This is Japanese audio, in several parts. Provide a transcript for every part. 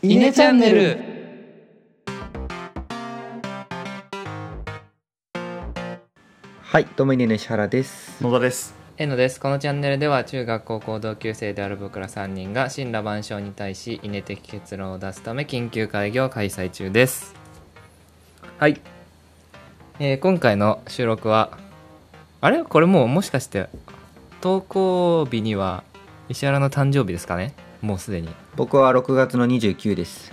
イネチャンネルはい、どうもイネの石原です。野田です。えのですこのチャンネルでは中学高校同級生である僕ら3人が神羅万象に対しイネ的結論を出すため緊急会議を開催中ですはい、えー今回の収録はあれこれもうもしかして投稿日には石原の誕生日ですかねもうすでに僕は6月の29です。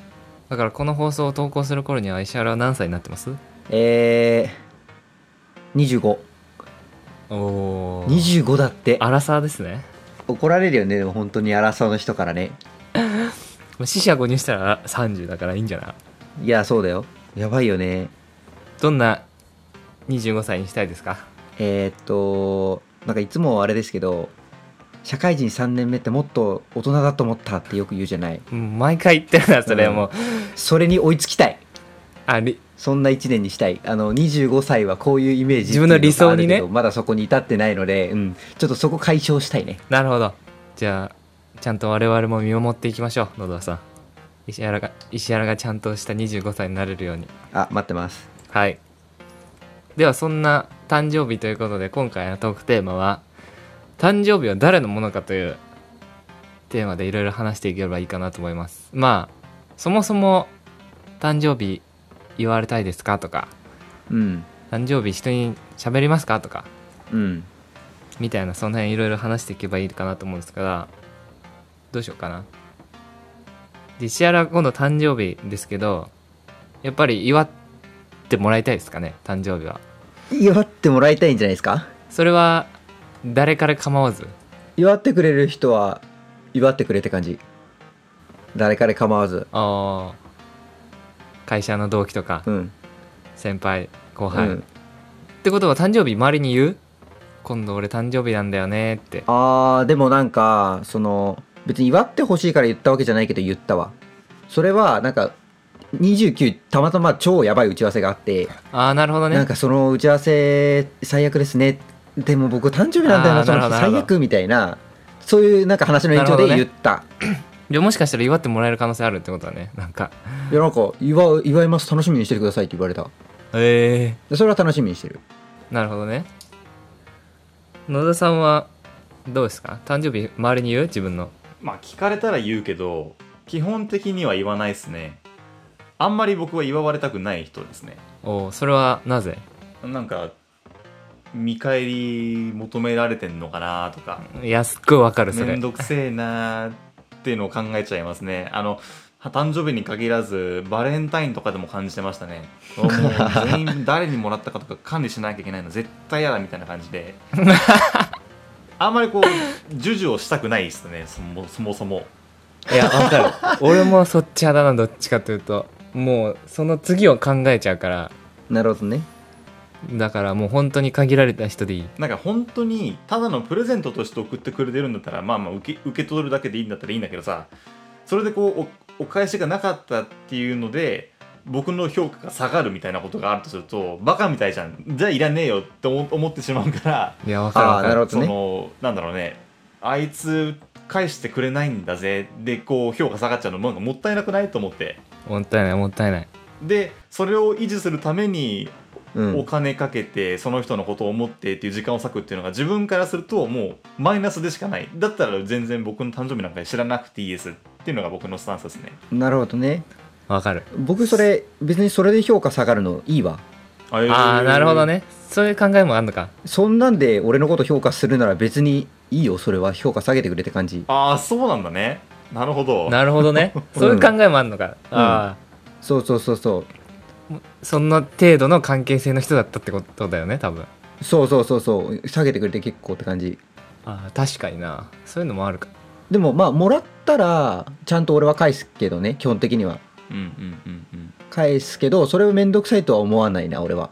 だからこの放送を投稿する頃には石原は何歳になってますえー、25。おお25だって。アラサーですね怒られるよね、でも本当に争うの人からね。もう四捨五入したら30だからいいんじゃないいや、そうだよ。やばいよね。どんな25歳にしたいですかえー、っと、なんかいつもあれですけど、社会人3年目ってもっと大人だと思ったってよく言うじゃない。うん毎回言ってるなそれうんもう、それに追いつきたい。ありそんな1年にしたい。あの、25歳はこういうイメージっていう自分の理想にねがあるけどまだそこに至ってないので、うん。ちょっとそこ解消したいね。なるほどじゃあちゃんと我々も見守っていきましょう野田さん石原が石原がちゃんとした25歳になれるようにあ、待ってます。はいではそんな誕生日ということで今回のトークテーマは「誕生日は誰のものか」というテーマでいろいろ話していければいいかなと思いますまあそもそも誕生日言われたいですかとかうん。誕生日人に喋りますかとかうん。みたいなその辺いろいろ話していけばいいかなと思うんですがどうしようかなで石原今度誕生日ですけどやっぱり祝ってもらいたいですかね誕生日は祝ってもらいたいんじゃないですかそれは誰から構わず祝ってくれる人は祝ってくれって感じ誰かで構わずあー会社の同期とかうん、先輩後輩、うっん、てことは誕生日周りに言う今度俺誕生日なんだよねってあーでもなんかその別に祝ってほしいから言ったわけじゃないけど言ったわそれはなんか29たまたま超やばい打ち合わせがあって、ああなるほどなんねかその打ち合わせ最悪ですねでも僕誕生日なんだあよーなそのなるほ日どなる最ほど悪みたいなそういうなんか話の延長でなるほど言ねった、でもしかしたら祝ってもらえる可能性あるってことだねなんかいやなんか祝う祝います楽しみにしててくださいって言われたええー、でそれは楽しみにしてるなるほどね野田さんはどうですか誕生日周りに言う自分のまあ聞かれたら言うけど、基本的には言わないですね。あんまり僕は祝われたくない人ですね。おうそれはなぜなんか、見返り求められてんのかなとか、いやすっごいわかるそめれんどくせえなーっていうのを考えちゃいますね。あの、誕生日に限らず、バレンタインとかでも感じて ましたね。もう全員誰にもらったかとか管理しなきゃいけないの絶対嫌だみたいな感 じで。あんまりこう、授受をしたくないですね、そもそもそも。いやわかる俺もそっち派だなどっちかというともうその次を考えちゃうからなるほどねだからもう本当に限られた人でいいなんか本当にただのプレゼントとして送ってくれてるんだったらまあまあ受け受け取るだけでいいんだったらいいんだけどさそれでこうおお返しがなかったっていうので僕の評価が下がるみたいなことがあるとするとバカみたいじゃんじゃあいらねえよって思思ってしまうからいやわかるわあーなるかほるどそのなんだろうねあいつ返してくれないんだぜでこう評価下がっちゃうのなんかもったいなくないと思ってもったいないもったいないでそれを維持するためにうんお金かけてその人のことを思ってっていう時間を割くっていうのが自分からするともうマイナスでしかないだったら全然僕の誕生日なんか知らなくていいですっていうのが僕のスタンスですねなるほどねわかる僕それ別にそれで評価下がるのいいわあああなるほどねそういう考えもあんのかそんなんで俺のこと評価するなら別にいいよそれは評価下げてくれって感じああそうなんだねなるほどなるほど ねそういう考えもあんのか、うんああそうそうそうそそんな程度の関係性の人だったってことだよね多分うそうそうそうそう下げてくれて結構って感じああ確かになそういうのもあるかでもまあもらったらちゃんと俺は返すけどね基本的にはうんうんうんうん返すけどそれを面倒くさいとは思わないな俺は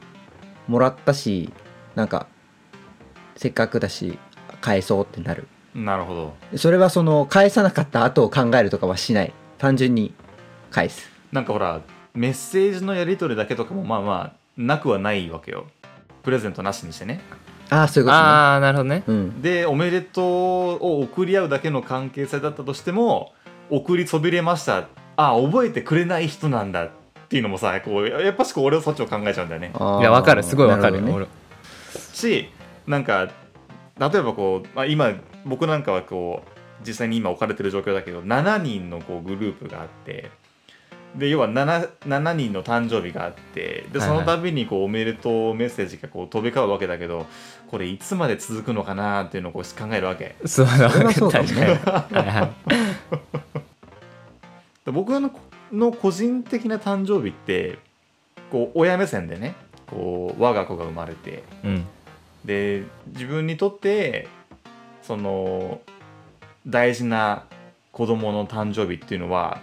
もらったしなんかせっかくだし返そうってなるなるほどそれはその返さなかった後を考えるとかはしない単純に返すなんかほらメッセージのやり取りだけとかもまあまあなくはないわけよプレゼントなしにしてねああそういうことねああなるほどねうんでおめでとうを送り合うだけの関係性だったとしても送りそびれましたっあ覚えてくれない人なんだっていうのもさこうやっぱしこう俺はそっちを考えちゃうんだよねあーいやわかるすごいわかるなほどね俺しなんか例えばこう、まあ、今僕なんかはこう実際に今置かれてる状況だけど7人のこうグループがあってで要は 7, 7人の誕生日があってではいそはいの度にこうおめでとうメッセージがこう飛び交うわけだけどこれいつまで続くのかなっていうのをこう考えるわけそうそれはそうかも確かにねはいはいで僕のの個人的な誕生日ってこう親目線でねこう我が子が生まれてうんで自分にとってその大事な子供の誕生日っていうのは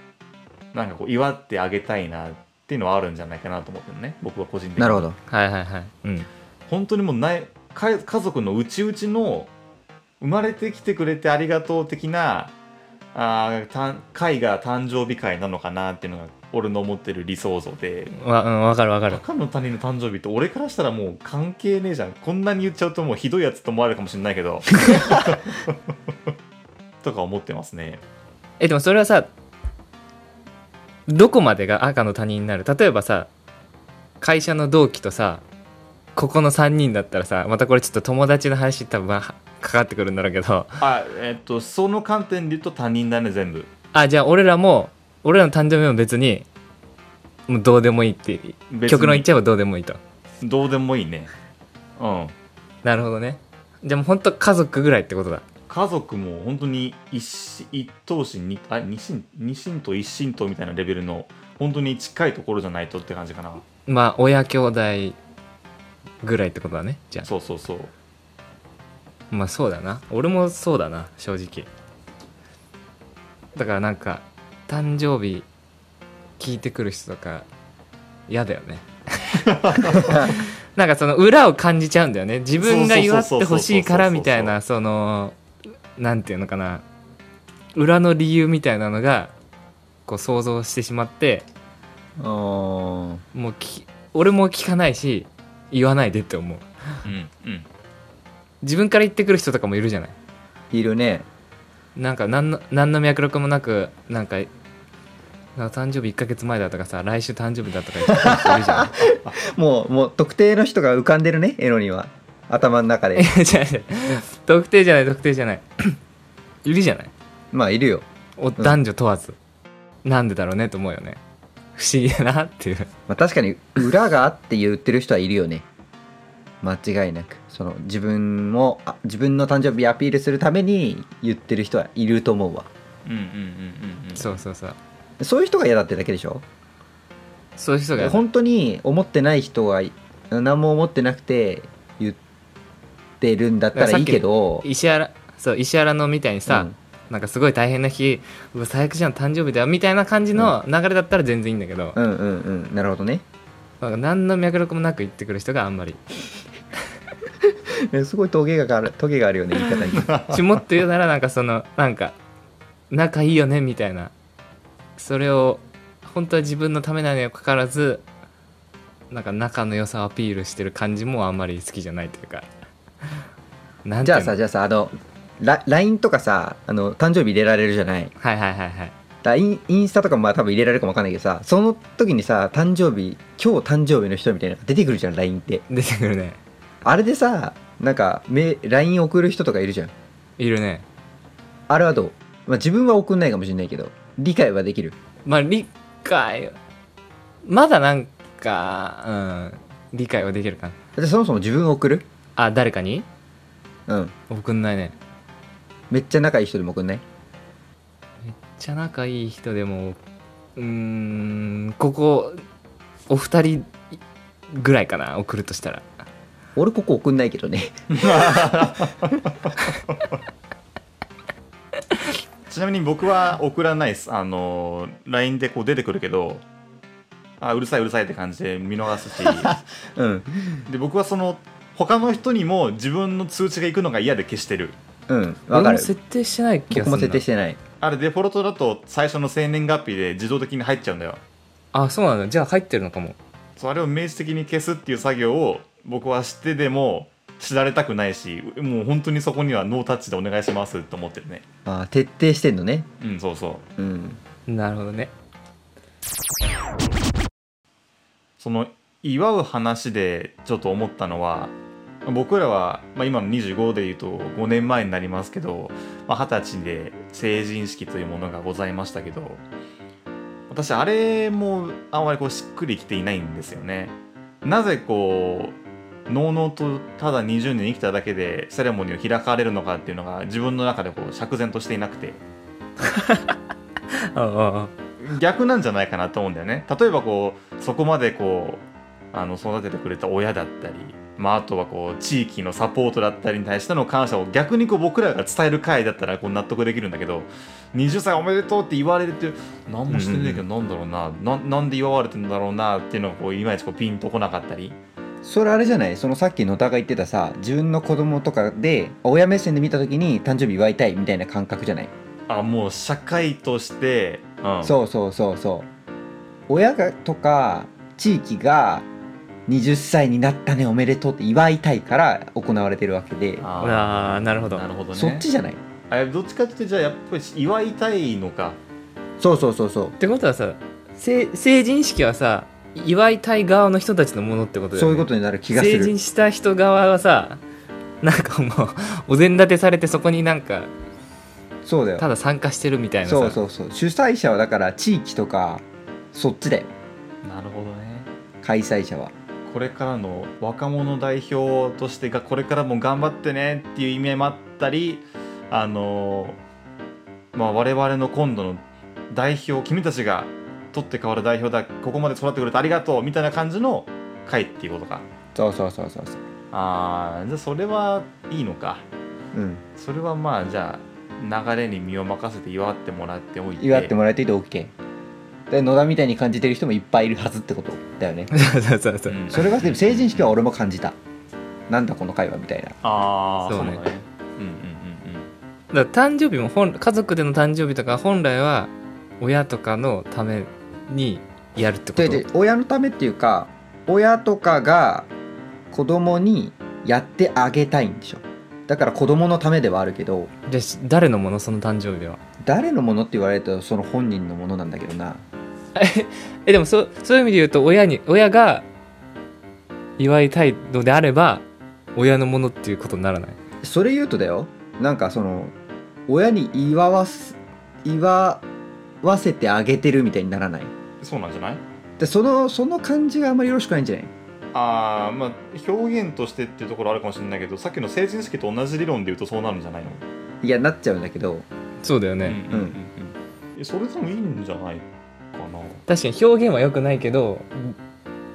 なんかこう祝ってあげたいなっていうのはあるんじゃないかなと思ってるね僕は個人的になるほどはいはいはいうん本当にもうないか家族のうちうちの生まれてきてくれてありがとう的なあーたん会が誕生日会なのかなっていうのが俺の思ってる理想像でわうんわかるわかる赤の他人の誕生日って俺からしたらもう関係ねえじゃんこんなに言っちゃうともうひどいやつと思われるかもしれないけ どとか思ってますねえでもそれはさどこまでが赤の他人になる例えばさ会社の同期とさここの3人だったらさまたこれちょっと友達の話多分はかかってくるんだろうけどあえっとその観点で言うと他人だね全部あじゃあ俺らも俺らの誕生日も別にもうどうでもいいって別に極論言っちゃえばどうでもいいとどうでもいいねうんなるほどねじゃあもうほんと家族ぐらいってことだ家族も本当に一し一等身にあ二親二親と一親とみたいなレベルの本当に近いところじゃないとって感じかなまあ親兄弟ぐらいってことだねじゃそうそうそうあまあそうだな俺もそうだな正直だからなんか誕生日聞いてくる人とか嫌だよ ねなんかその裏を感じちゃうんだよね自分が祝ってほしいからみたいなそのなんていうのかな裏の理由みたいなのがこう想像してしまってあもうき俺も聞かないし言わないでって思ううんうん自分から言ってくる人とかもいるじゃないーいるねなんか何の何の脈絡もなくなんかなんか誕生日1ヶ月前だとかさ来週誕生日だとか言ってくる人いるじゃん もうもう特定の人が浮かんでるねエロには頭の中いやで違う違う特定じゃない特定じゃない いるじゃないまあいるよお男女問わず、なんでだろうねと思うよね不思議だなっていうまあ、確かに裏があって言ってる人はいるよね間違いなくその自分もあ自分の誕生日アピールするために言ってる人はいると思うわうんうんうんうんそうそうそうそういう人が嫌だってだけでしょそういう人が本当に思ってない人が何も思ってなくて言ってるんだったらいいけど石原そう石原のみたいにさ、うんなんかすごい大変な日うわ最悪じゃん誕生日だよみたいな感じの流れだったら全然いいんだけど、うんうんうんなるほどねなんか何の脈絡もなく言ってくる人があんまりえすごいトゲがあるトゲがあるよね言い方 にしもっと言うならなんかそのなんか仲いいよねみたいなそれを本当は自分のためなのにもかかわらずなんか仲の良さをアピールしてる感じもあんまり好きじゃないというかなんてじいうゃあのさじゃあさあのラ LINE とかさあの誕生日入れられるじゃないはいはいはいはいだインインスタとかもまあ多分入れられるかもわかんないけどさその時にさ誕生日今日誕生日の人みたいなのが出てくるじゃん LINE って出てくるねあれでさなんかめ LINE 送る人とかいるじゃんいるねあれはどう、まあ、自分は送んないかもしれないけど理解はできるまあ理解まだなんか、うん、理解はできるかなでそもそも自分送るあ誰かにうん送んないねめっちゃ仲いい人でも送んないめっちゃ仲いい人でもうーんここお二人ぐらいかな送るとしたら俺ここ送んないけどね ちなみに僕は送らないですあの LINE でこう出てくるけどあうるさいうるさいって感じで見逃すしうんで僕はその他の人にも自分の通知が行くのが嫌で消してるうんわか俺もる設定してない気がす僕るもな設定してないあれデフォルトだと最初の生年月日で自動的に入っちゃうんだよあそうなんだじゃあ入ってるのかもそうあれを明示的に消すっていう作業を僕は知ってでも知られたくないしもう本当にそこにはノータッチでお願いしますと思ってるねあー徹底してんのねうんそうそうんなるほどねその祝う話でちょっと思ったのは僕らは、まあ、今の25でいうと5年前になりますけど、まあ、20歳で成人式というものがございましたけど私あれもあんまりこうしっくりきていないんですよね。なぜこうのうのうとただ20年生きただけでセレモニーを開かれるのかっていうのが自分の中でこう釈然としていなくて。ああ逆なんじゃないかなと思うんだよね例えばこうそこまでこうあの育ててくれた親だったり、まあ、あとはこう地域のサポートだったりに対しての感謝を逆にこう僕らが伝える回だったらこう納得できるんだけど20歳おめでとうって言われるって何もしてねえけどなんだろうな、ななんで祝われてんだろうなっていうのがこういまいちこうピンとこなかったりそれあれじゃないそのさっき野田が言ってたさ自分の子供とかで親目線で見た時に誕生日祝いたいみたいな感覚じゃない、あもう社会として、うん、そうそうそうそう親がとか地域が20歳になったねおめでとうって祝いたいから行われてるわけで、ああなるほどなるほどねそっちじゃないあどっちかっていうとじゃあやっぱり祝いたいのかそうそうそうそうってことはさせ成人式はさ祝いたい側の人たちのものってことだよねそういうことになる気がす成る人した人側はさなんかもうお膳立てされてそこになんかそうだよただ参加してるみたいなさそうそうそう主催者はだから地域とかそっちだよなるほどね開催者はこれからの若者代表としてがこれからも頑張ってねっていう意味合いもあったりあのまあ我々の今度の代表君たちが取って代わる代表だここまで育ってくれてありがとうみたいな感じの会っていうことかそうそうそうそうそうあーじゃあそれはいいのかうんそれはまあじゃあ流れに身を任せて祝ってもらっておいて祝ってもらえていて OK で野田みたいに感じてる人もいっぱいいるはずってことだよね そうそうそうそううんそれがでも成人式は俺も感じたなんだこの会話みたいなああそそううねだねうんうんうんうんだから誕生日も本家族での誕生日とか本来は親とかのためにやるってことでで親のためっていうか親とかが子供にやってあげたいんでしょだから子供のためではあるけどでし誰のものその誕生日は誰のものって言われるとその本人のものなんだけどなえでもそそういう意味で言うと親に親が祝いたいのであれば親のものっていうことにならないそれ言うとだよなんかその親に祝わす祝わせてあげてるみたいにならないそうなんじゃないでそのその感じがあんまりよろしくないんじゃないあーまあ表現としてっていうところあるかもしれないけどさっきの成人式と同じ理論で言うとそうなるんじゃないの、いやなっちゃうんだけどそうだよね、うんうんうんうん、それでもいいんじゃないかな確かに表現は良くないけど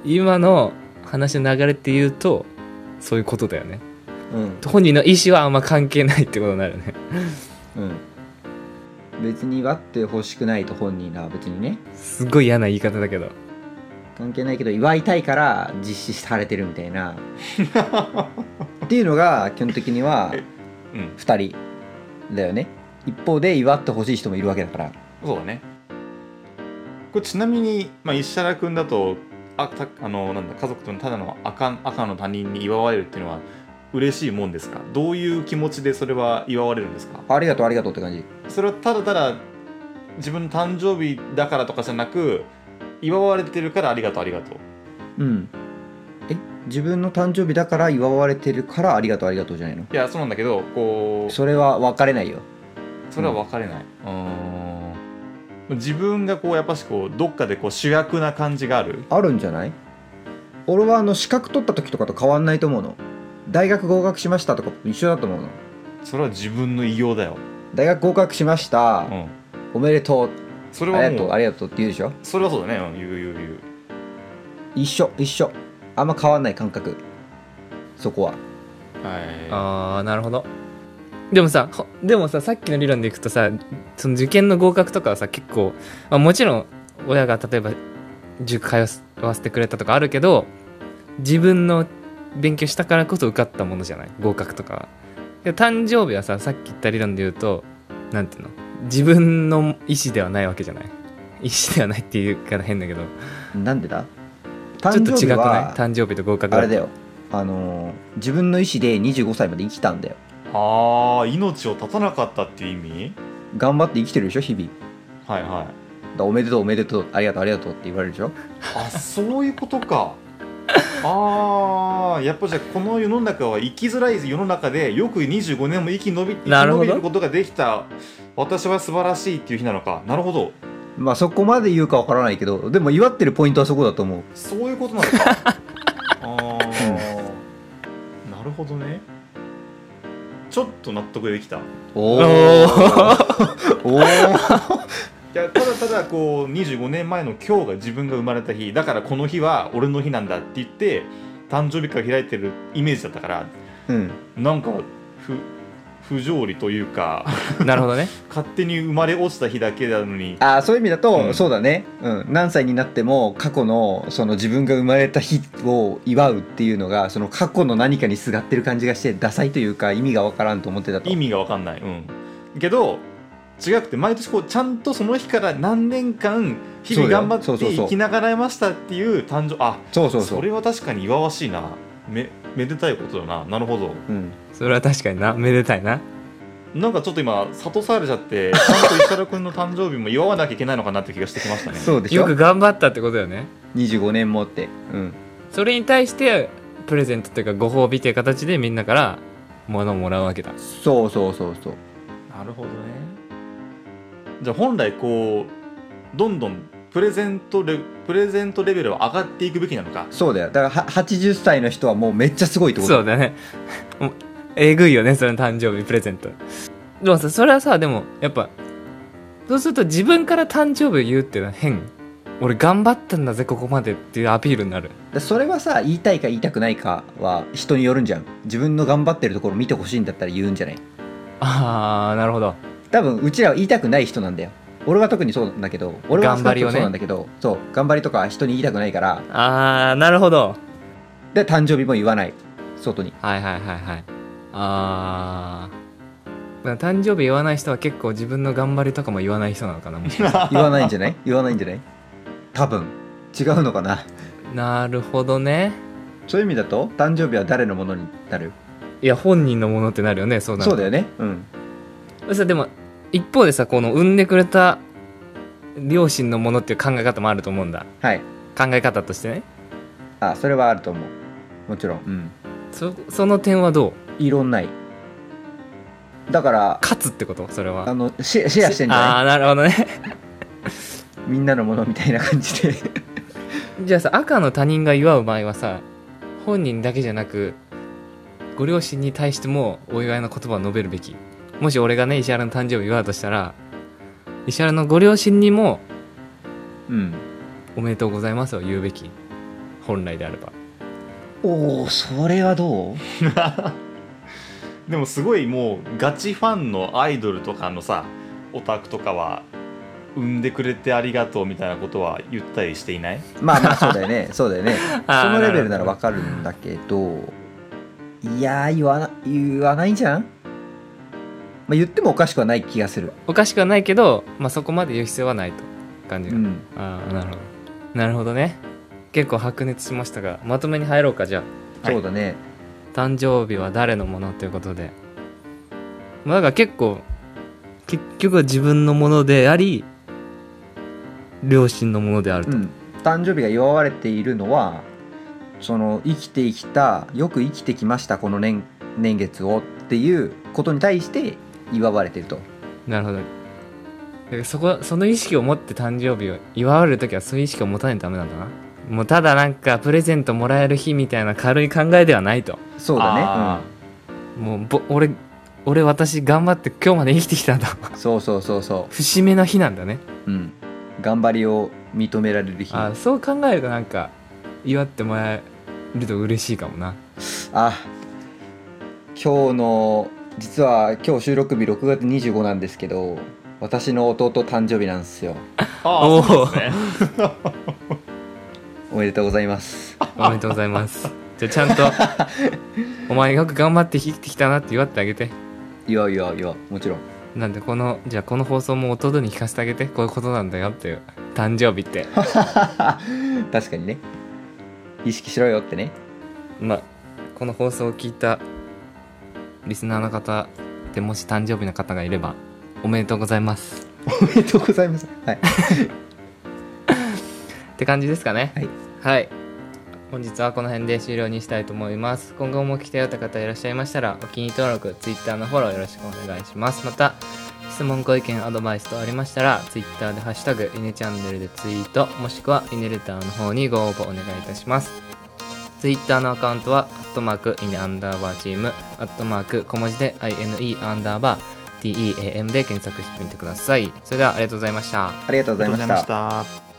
今の話の流れって言うとそういうことだよねうん本人の意思はあんま関係ないってことになるねうん別に祝ってほしくないと本人らは別にねすっごい嫌な言い方だけど関係ないけど祝いたいから実施されてるみたいなっていうのが基本的にはえうん2人だよね一方で祝ってほしい人もいるわけだからそうだねこれちなみに、まあ、石原君だとあたあのなんだ家族とのただの赤赤の他人に祝われるっていうのは嬉しいもんですかどういう気持ちでそれは祝われるんですかありがとうありがとうって感じそれはただただ自分の誕生日だからとかじゃなく祝われてるからありがとうありがとううんえ自分の誕生日だから祝われてるからありがとうありがとうじゃないのいやそうなんだけどこうそれは分かれないよそれは分かれない、うーん自分がこうやっぱしこうどっかでこう主役な感じがあるあるんじゃない俺はあの資格取った時とかと変わんないと思うの大学合格しましたとかと一緒だと思うのそれは自分の偉業だよ、大学合格しました、うん、おめでとうそれあはりがともううありがとうって言うでしょそれはそうだね、うん、言う言う言う一緒一緒あんま変わんない感覚そこははああなるほどでもさほでもささっきの理論でいくとさその受験の合格とかはさ結構、まあ、もちろん親が例えば塾通わせてくれたとかあるけど自分の勉強したからこそ受かったものじゃない合格とかはで誕生日はささっき言った理論で言うとなんていうの自分の意思ではないわけじゃない意思ではないっていうから変だけどなんでだちょ誕っと違生日くないは誕生日と合格あれだよよあのー自分の意思で25歳まで生きたんだよいああ命を絶たなかったっていう意味頑張って生きてるでしょ日々はいはだおめでとうおめでとうありがとうありがとうって言われるでしょあそういうことか あーやっぱじゃあこの世の中は生きづらい世の中でよく25年も生き延び生きなる延ほどびることができた私は素晴らしいっていう日なのかなるほどまあそこまで言うかわからないけどでも祝ってるポイントはそこだと思うそういうことなのかあーなるほどねちょっと納得できたいおお おーやただただこう25年前の今日が自分が生まれた日だからこの日は俺の日なんだって言って誕生日会開いてるイメージだったからうんなんか不不条理というか なるほどね。勝手に生まれ落ちた日だけなのにあーそういう意味だと、うんそうだね、うん、何歳になっても過去のその自分が生まれた日を祝うっていうのがその過去の何かにすがってる感じがしてダサいというか意味がわからんと思ってたと意味が分かんない、うん、けど違くて毎年こうちゃんとその日から何年間日々頑張ってそうだよそうそうそう生きながらえましたっていう誕生あそうそうそそうれは確かに祝わしいなめめでたいことだななるほどうん、それは確かにな、めでたいな。なんかちょっと今諭されちゃってちゃんと石原君の誕生日も祝わなきゃいけないのかなって気がしてきましたねそうでしよょく頑張ったってことよね。 25年もって、うん、それに対して、プレゼントっていうかご褒美っていう形でみんなから物をもらうわけだ。そうそうそうそうなるほどねじゃあ本来こうどんどんプレゼントレプレゼントレベルは上がっていくべきなのかそうだよだからは80歳の人はもうめっちゃすごいってことそうだね。 もうえぐいよね、その誕生日プレゼント。でもさ、それはさ、でも、やっぱ、そうすると自分から誕生日を言うっていうのは変。俺頑張ったんだぜ、ここまでっていうアピールになる。だそれはさ言いたいか言いたくないかは人によるんじゃん自分の頑張ってるところ見てほしいんだったら言うんじゃないあー、なるほど。多分うちらは言いたくない人なんだよ俺は特にそうなんだけど俺は頑張りをねそうなんだけど、そう頑張りとかは人に言いたくないからあー、なるほど。で誕生日も言わない外にはいはいはいはい。あー。だから誕生日言わない人は結構自分の頑張りとかも言わない人なのかなも しかして言わないんじゃない言わないんじゃない多分違うのかななるほどねそういう意味だと誕生日は誰のものになるいや本人のものってなるよねそうなるそとうだよねうんそしたらでも一方でさこの産んでくれた両親のものっていう考え方もあると思うんだはい考え方としてねあそれはあると思うもちろん、うん、そその点はどう異論ないだから勝つってことそれはあのシェシェアしてんじあゃあなるほどねないみんなのものみたいな感じでじゃあさ赤の他人が祝う場合はさ本人だけじゃなくご両親に対してもお祝いの言葉を述べるべきもし俺がね石原の誕生日を祝うとしたら石原のご両親にもうんおめでとうございますを言うべき本来であればおおそれはどうでもすごいもうガチファンのアイドルとかのさオタクとかは産んでくれてありがとうみたいなことは言ったりしていないまあまあそうだよ ねそうだよねあーそのレベルならわかるんだけどいやー言わな言わないんじゃん、まあ、言ってもおかしくはない気がする、おかしくはないけど、まあ、そこまで言う必要はないと感じうが、ん、ああなるほどなるほどね結構白熱しましたがまとめに入ろうかじゃあはいそうだね、誕生日は誰のものということでまあだから結構結局は自分のものであり両親のものであると、うん、誕生日が祝われているのはその生きてきたよく生きてきましたこの年年月をっていうことに対して祝われてるとなるほどだからそこその意識を持って誕生日を祝われる時はそういう意識を持たないとダメなんだなもうただなんかプレゼントもらえる日みたいな軽い考えではないとそうだあね、もうぼ俺俺私頑張って今日まで生きてきたんだ うん、そうそうそうそ節目の日なんだねう、うん、頑張りを認められる日あそう考えるとなんか祝ってもらえると嬉しいかもなあ今日の実は今日収録日6月25なんですけど私の弟誕生日なんですよあおーーそうですねおめでとうございますおめでとうございますじゃあちゃんとお前よく頑張って生きてきたなって祝ってあげていやいやいやもちろん なんでこのじゃあこの放送も弟に聞かせてあげてこういうことなんだよっていう誕生日って確かにね意識しろよってねまあこの放送を聞いたリスナーの方で もし誕生日の方がいればおめでとうございますおめでとうございますはいって感じですかねはい、はい本日はこの辺で終了にしたいと思います今後も来たよった方いらっしゃいましたらお気に入り登録 Twitter のフォローよろしくお願いしますまた質問ご意見アドバイスとありましたら Twitter で「ハッシュタグイネチャンネル」でツイートもしくはイネレターの方にご応募お願いいたします Twitter のアカウントは、アットマーク、イネアンダーバーチーム、アットマーク、小文字で INE アンダーバー、TEAM で検索してみてください。それではありがとうございました。ありがとうございましたた。